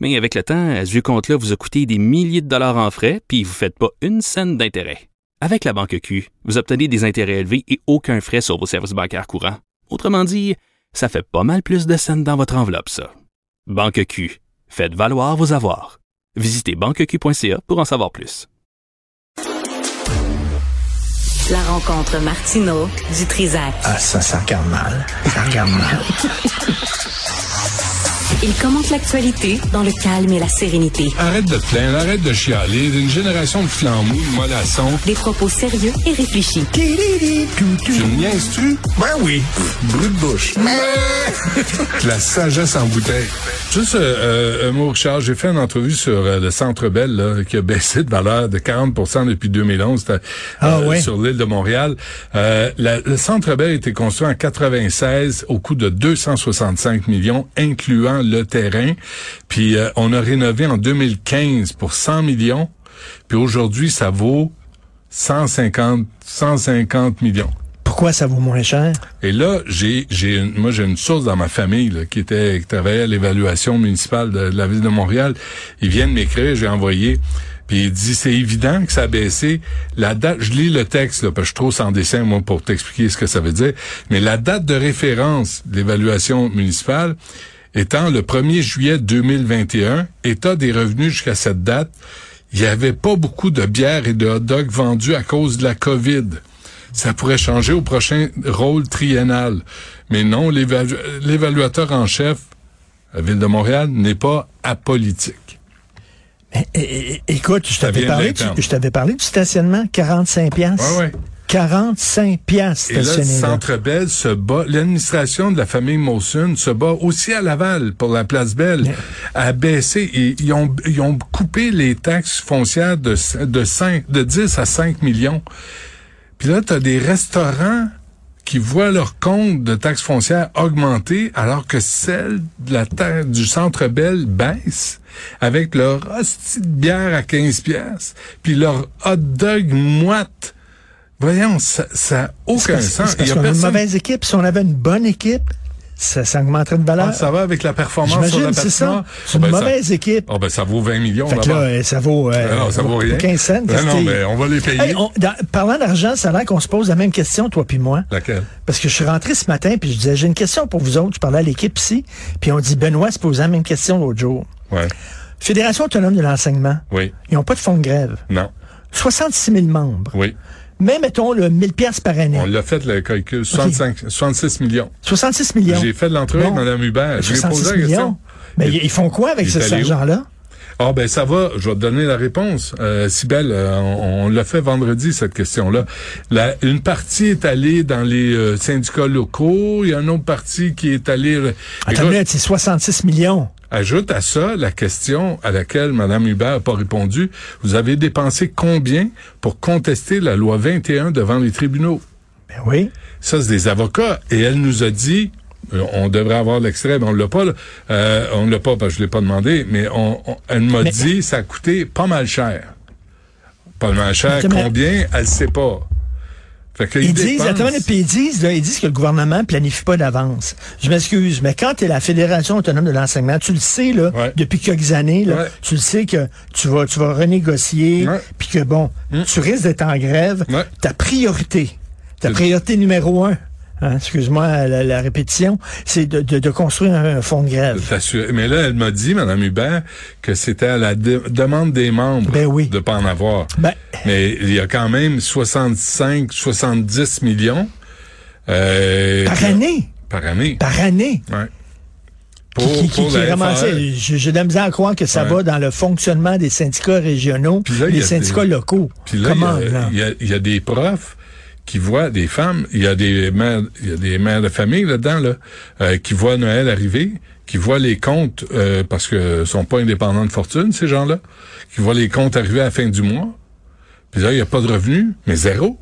Mais avec le temps, à ce vieux compte-là vous a coûté des milliers de dollars en frais, puis vous ne faites pas une scène d'intérêt. Avec la Banque Q, vous obtenez des intérêts élevés et aucun frais sur vos services bancaires courants. Autrement dit, ça fait pas mal plus de scènes dans votre enveloppe, ça. Banque Q. Faites valoir vos avoirs. Visitez banqueq.ca pour en savoir plus. La rencontre Martino du Trizac. Ah, ça, ça regarde mal. Ça regarde mal. Il commente l'actualité dans le calme et la sérénité. Arrête de te plaindre, arrête de chialer. Une génération de flambous, de mollassons. Des propos sérieux et réfléchis. Tu me niaises-tu? Ben oui. Brut de bouche. La sagesse en bouteille. Juste euh, euh, un mot, Richard. J'ai fait une entrevue sur euh, le Centre Bell, là, qui a baissé de valeur de 40 depuis 2011 euh, Ah ouais. sur l'île de Montréal. Euh, la- le Centre Bell a été construit en 96 au coût de 265 millions, incluant le terrain. Puis euh, on a rénové en 2015 pour 100 millions. Puis aujourd'hui, ça vaut 150, 150 millions. Pourquoi ça vaut moins cher? Et là, j'ai, j'ai, une- moi, j'ai une source dans ma famille là, qui était, qui travaillait à l'évaluation municipale de, de la ville de Montréal. Ils viennent m'écrire, j'ai envoyé. Puis il dit, c'est évident que ça a baissé. La date, je lis le texte, là, parce que je suis trop sans dessin, moi, pour t'expliquer ce que ça veut dire. Mais la date de référence de l'évaluation municipale étant le 1er juillet 2021, état des revenus jusqu'à cette date, il n'y avait pas beaucoup de bières et de hot dogs vendus à cause de la COVID. Ça pourrait changer au prochain rôle triennal. Mais non, l'évalu- l'évaluateur en chef, la Ville de Montréal, n'est pas apolitique. Eh, eh, eh, écoute, je Ça t'avais vient parlé, de l'interne. du- je t'avais parlé du stationnement, 45 piastres. Ouais, ouais. 45 piastres Et là, le stationné là. Centre Bell se bat, l'administration de la famille Molson se bat aussi à Laval pour la place Belle, à baisser. Et ils, ont, ils ont coupé les taxes foncières de, c- de, 5, de 10 à 5 millions. Puis là, tu as des restaurants qui voient leur compte de taxes foncières augmenter alors que celle de la ta- du Centre Bell baisse avec leur hostie de bière à 15 pièces puis leur hot dog moite. Voyons, ça n'a C'est aucun parce- sens. c'est parce Il y a qu'on a une personne- mauvaise équipe. Si on avait une bonne équipe, ça, ça augmenterait de valeur. Ah, ça va avec la performance sur la J'imagine, c'est ça. patinoire. C'est Ah, une ben, ça- mauvaise équipe. Ah ben ça vaut 20 millions Fait que là, là-bas. euh, ça vaut, euh, Ah non, ça vaut rien. 15 cents. Ah qu'est-ce non, que- mais on va les payer. Hey, on- dans- parlant d'argent, ça a l'air qu'on se pose la même question, toi puis moi. Laquelle? Parce que je suis rentré ce matin, puis je disais, j'ai une question pour vous autres. Je parlais à l'équipe ici, puis on dit, Benoît se posait la même question l'autre jour. Ouais. Fédération autonome de l'enseignement, Oui. ils n'ont pas de fonds de grève. Non. 66 000 membres. Oui. Mais mettons le 1000 pièces par année. Oh. On l'a fait le calcul. 65, 66 millions. 66 millions. J'ai fait de l'entrevue avec Bon. Mme Hubert. Je lui ai posé 66 la question. millions. Mais Il- ils font quoi avec il ce- est cet allé où? argent-là? Ah ben ça va, je vais te donner la réponse. Euh, Sibelle, euh, on, on l'a fait vendredi cette question-là. La- une partie est allée dans les euh, syndicats locaux, il y a une autre partie qui est allée... Attends, Écoute, une minute, c'est 66 millions. Ajoute à ça la question à laquelle Mme Hubert n'a pas répondu. Vous avez dépensé combien pour contester la loi 21 devant les tribunaux? Ben oui. Ça, c'est des avocats. Et elle nous a dit, euh, on devrait avoir l'extrait, mais on l'a pas. là. Euh, on l'a pas parce que je l'ai pas demandé, mais on, on- elle m'a Mais- dit ça a coûté pas mal cher. Pas mal cher. Attends, mais- Combien? Elle sait pas. Fait que là, Ils disent, dépensent. attends, une minute, puis ils disent, là, ils disent que le gouvernement planifie pas d'avance. Je m'excuse, mais quand tu es la Fédération autonome de l'enseignement, tu le sais, là, Ouais. depuis quelques années, là, Ouais. tu le sais que tu vas, tu vas renégocier, Ouais. Hmm. puis que bon, tu risques d'être en grève. Ouais. Ta priorité, ta C'est- priorité numéro un, hein, excuse-moi la, la répétition, c'est de, de- de construire un, un fonds de grève. T'assurer. Mais là, elle m'a dit, Mme Hubert, que c'était à la de- demande des membres Ben oui. de pas en avoir. Ben- Mais il y a quand même 65, 70 millions euh, Par année, Par année. par année. Ouais. Qui- Pour, qui- pour qui la est ramassé. FAE. J'ai j'ai de la misère à croire que ça Ouais. va dans le fonctionnement des syndicats régionaux, Puis là, il y des a syndicats des- locaux. Puis là, Comment, il y a- là? il y, a, il y a des profs qui voient des femmes, il y a des mères, il y a des mères de famille là-dedans là, euh, qui voient Noël arriver, qui voient les comptes euh, parce que sont pas indépendants de fortune ces gens-là, qui voient les comptes arriver à la fin du mois, Puis là, il n'y a pas de revenus, mais zéro.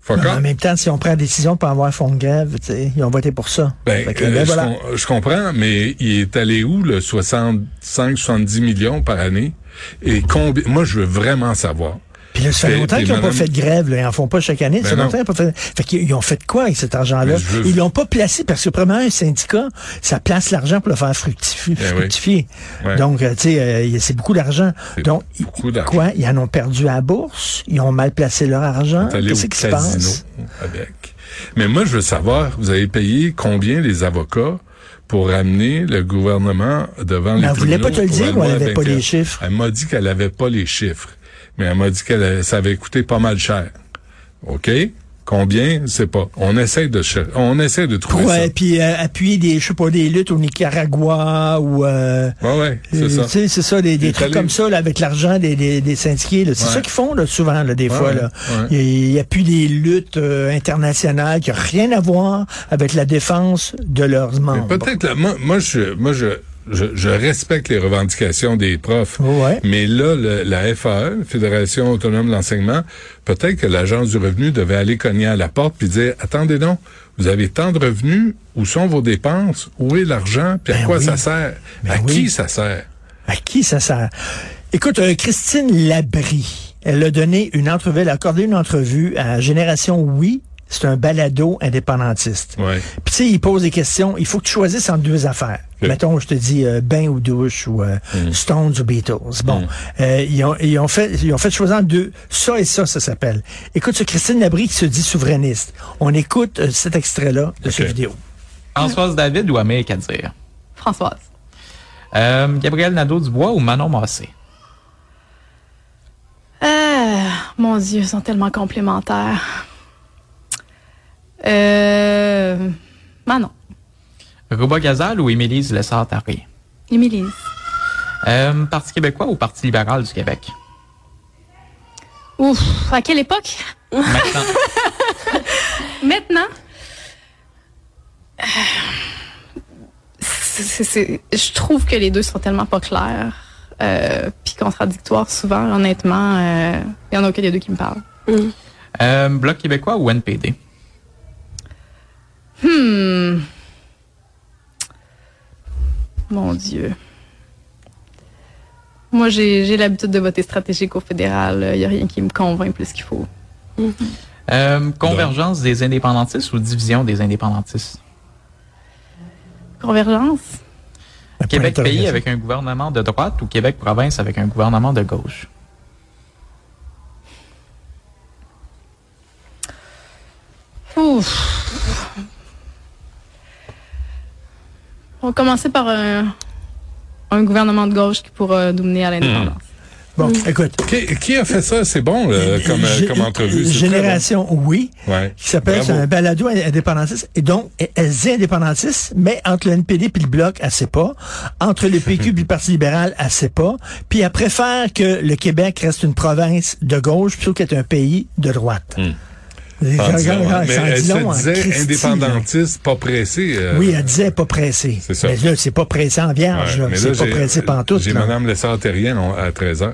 Fuck Non, mais off. en même temps, si on prend la décision pour avoir fonds de grève, tu sais, ils ont voté pour ça. Ben, Fait que, euh, ben je voilà. com- je, comprends, mais il est allé où le 65-70 millions par année? Et combien Moi, je veux vraiment savoir. Puis là, ça Puis- fait longtemps puis qu'ils n'ont pas madame- fait de grève. Là. Ils en font pas chaque année. Ben Ça fait non. longtemps qu'ils ont pas fait... Fait qu'ils ils ont fait quoi avec cet argent-là? Mais je veux- Ils l'ont pas placé parce que, premièrement, un syndicat, ça place l'argent pour le faire fructifier. Ben oui. fructifier. Ouais. Donc, euh, tu sais, euh, il- c'est beaucoup d'argent. C'est Donc, ils- beaucoup d'argent. quoi? Ils en ont perdu à la bourse? Ils ont mal placé leur argent? est allé Qu'est-ce au qui se casino passe? avec. Mais moi, je veux savoir, vous avez payé combien les avocats pour amener le gouvernement devant les elle voulait tribunaux pas te le pour dire la ou loi elle avait pas les 21? chiffres? Elle m'a dit qu'elle avait pas les chiffres, mais elle m'a dit que ça avait coûté pas mal cher. OK? Combien? Je sais pas. On essaie de cher- on essaie de trouver Ouais, puis euh, appuyer des, je sais pas, des luttes au Nicaragua ou... euh, ça. Ouais, ouais, c'est euh, ça. tu sais, c'est ça, des, des Il est trucs allé- comme ça, là, avec l'argent des, des, des syndiqués. là. C'est Ouais. ça qu'ils font là, souvent, là, des Ouais, fois. ouais, Là. ouais. Il, il appuie des luttes euh, internationales qui n'ont rien à voir avec la défense de leurs membres. Mais peut-être là, moi, moi, je, moi je, je, je respecte les revendications des profs. Oh, Ouais. Mais là, le- la FAE, Fédération autonome de l'enseignement, peut-être que l'agence du revenu devait aller cogner à la porte puis dire attendez donc, vous avez tant de revenus, où sont vos dépenses, où est l'argent, puis à Ben quoi oui. Ben ça sert, à oui. qui ça sert. À qui ça sert? Écoute, euh, Christine Labrie, elle a donné une entrevue, elle a accordé une entrevue à Génération Oui. C'est un balado indépendantiste. Ouais. Puis tu sais, il pose des questions. Il faut que tu choisisses entre deux affaires. Oui. Mettons, je te dis euh, bain ou douche ou euh, Mm. Stones ou Beatles. Bon, euh, ils, ont, ils ont fait ils ont fait choisir entre deux. Ça et ça, ça s'appelle. Écoute, c'est Christine Labrie qui se dit souverainiste. On écoute euh, cet extrait-là de cette Ok. vidéo. Françoise David ou Amérique à dire? Françoise. Euh, Gabriel Nadeau-Dubois ou Manon Massé? Euh, mon Dieu, ils sont tellement complémentaires. Euh, Manon. Rouba Gazal ou Émilie Lessard-Taré? Émilie. Euh, Parti québécois ou Parti libéral du Québec? Ouf, à quelle époque? Maintenant. Maintenant? Euh, c'est- c'est- c'est- Je trouve que les deux sont tellement pas clairs. Euh, Puis contradictoires souvent, honnêtement. euh, Il y en a aucun des deux qui me parlent. Euh, Bloc québécois ou NPD? Hmm. Mon Dieu. Moi, j'ai j'ai l'habitude de voter stratégique au fédéral. Il n'y a rien qui me convainc plus qu'il faut. Euh, convergence des indépendantistes ou division des indépendantistes? Convergence? Un point Québec pays d'interrogation. avec un gouvernement de droite ou Québec province avec un gouvernement de gauche? Ouf. On va commencer par un, un gouvernement de gauche qui pourra nous mener à l'indépendance. Bon, écoute. Qui, qui a fait ça? C'est bon là, comme, euh, Gé- comme entrevue. c'est très bon. Génération Oui, Ouais. qui s'appelle c'est Bravo. un balado indépendantiste. Et donc, elle dit indépendantiste, mais entre le NPD puis le Bloc, elle sait pas. Entre le PQ puis le Parti libéral, elle sait pas. Puis elle préfère que le Québec reste une province de gauche plutôt qu'être un pays de droite. Les gens- Ah, dis gens- donc, gens- Mais ça en elle dit long en se disait Christie, hein, là. indépendantiste, pas pressée. euh, Oui, elle disait pas pressé. C'est ça. Mais là, c'est pas pressé en vierge. Ouais, là. mais là, c'est pas j'ai- euh, pressé pantoute. J'ai là. Mme Lessard-Terrien on- à 13h.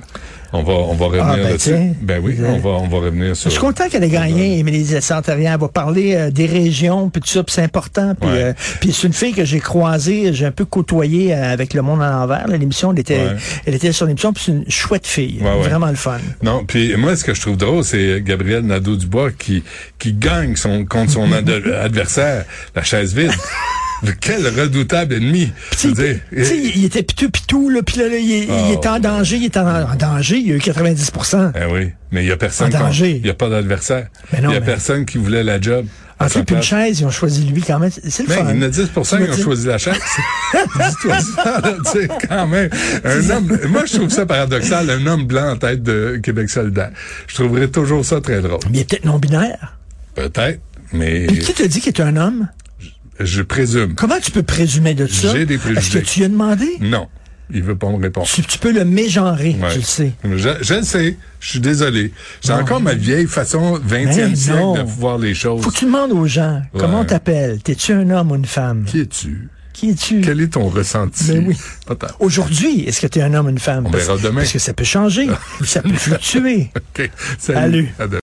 On va, on va revenir Ah, ben là-dessus. tiens. Ben oui, Vous on allez- va, on va revenir sur... Je suis content qu'elle ait gagné, Émilie Descenteriens. Elle va parler euh, des régions, puis tout ça, puis c'est important. Puis, Ouais. euh, puis c'est une fille que j'ai croisée, j'ai un peu côtoyée euh, avec Le Monde à l'envers. là, L'émission, elle était, Ouais. elle était sur l'émission, puis c'est une chouette fille. Ouais, ouais. Vraiment le fun. Non, puis moi, ce que je trouve drôle, c'est Gabriel Nadeau-Dubois qui, qui gagne son, contre son ad- adversaire, la chaise vide. Quel redoutable ennemi. Tu Je veux sais, dire, il- tu sais, il était pitou pitou, là, puis là, là, il, il Oh. était en danger, il était en, en danger, il y a eu 90 eh oui, mais il n'y a personne. En contre- danger. Il n'y a pas d'adversaire. Mais Il non, n'y a mais- personne qui voulait la job. à En sa fait, puis une place. chaise, ils ont choisi lui quand même. C'est le Mais fun. il y en a 10 Tu qui me ont dis- choisi la chasse. Dis-toi ça, là, tu sais, quand même. Un homme, moi, je trouve ça paradoxal, un homme blanc en tête de Québec solidaire. Je trouverais toujours ça très drôle. Mais il est peut-être non-binaire. Peut-être, mais Puis qui te dit qu'il est un homme? je présume. Comment tu peux présumer de ça? J'ai des Est-ce que préjugés. tu lui as demandé? Non, il veut pas me répondre. Tu, tu peux le mégenrer, Ouais. tu le sais. Je, je le sais. Je suis désolé. J'ai encore ma vieille façon 20e Mais non. siècle de voir les choses. Faut que tu demandes aux gens Ouais. comment on t'appelle. T'es-tu un homme ou une femme? Qui es-tu? Qui es-tu? Quel est ton ressenti? Ben oui. Attends. Aujourd'hui, est-ce que tu es un homme ou une femme? On parce, verra demain. parce que ça peut changer. ça peut fluctuer. OK. Salut. Salut. À demain.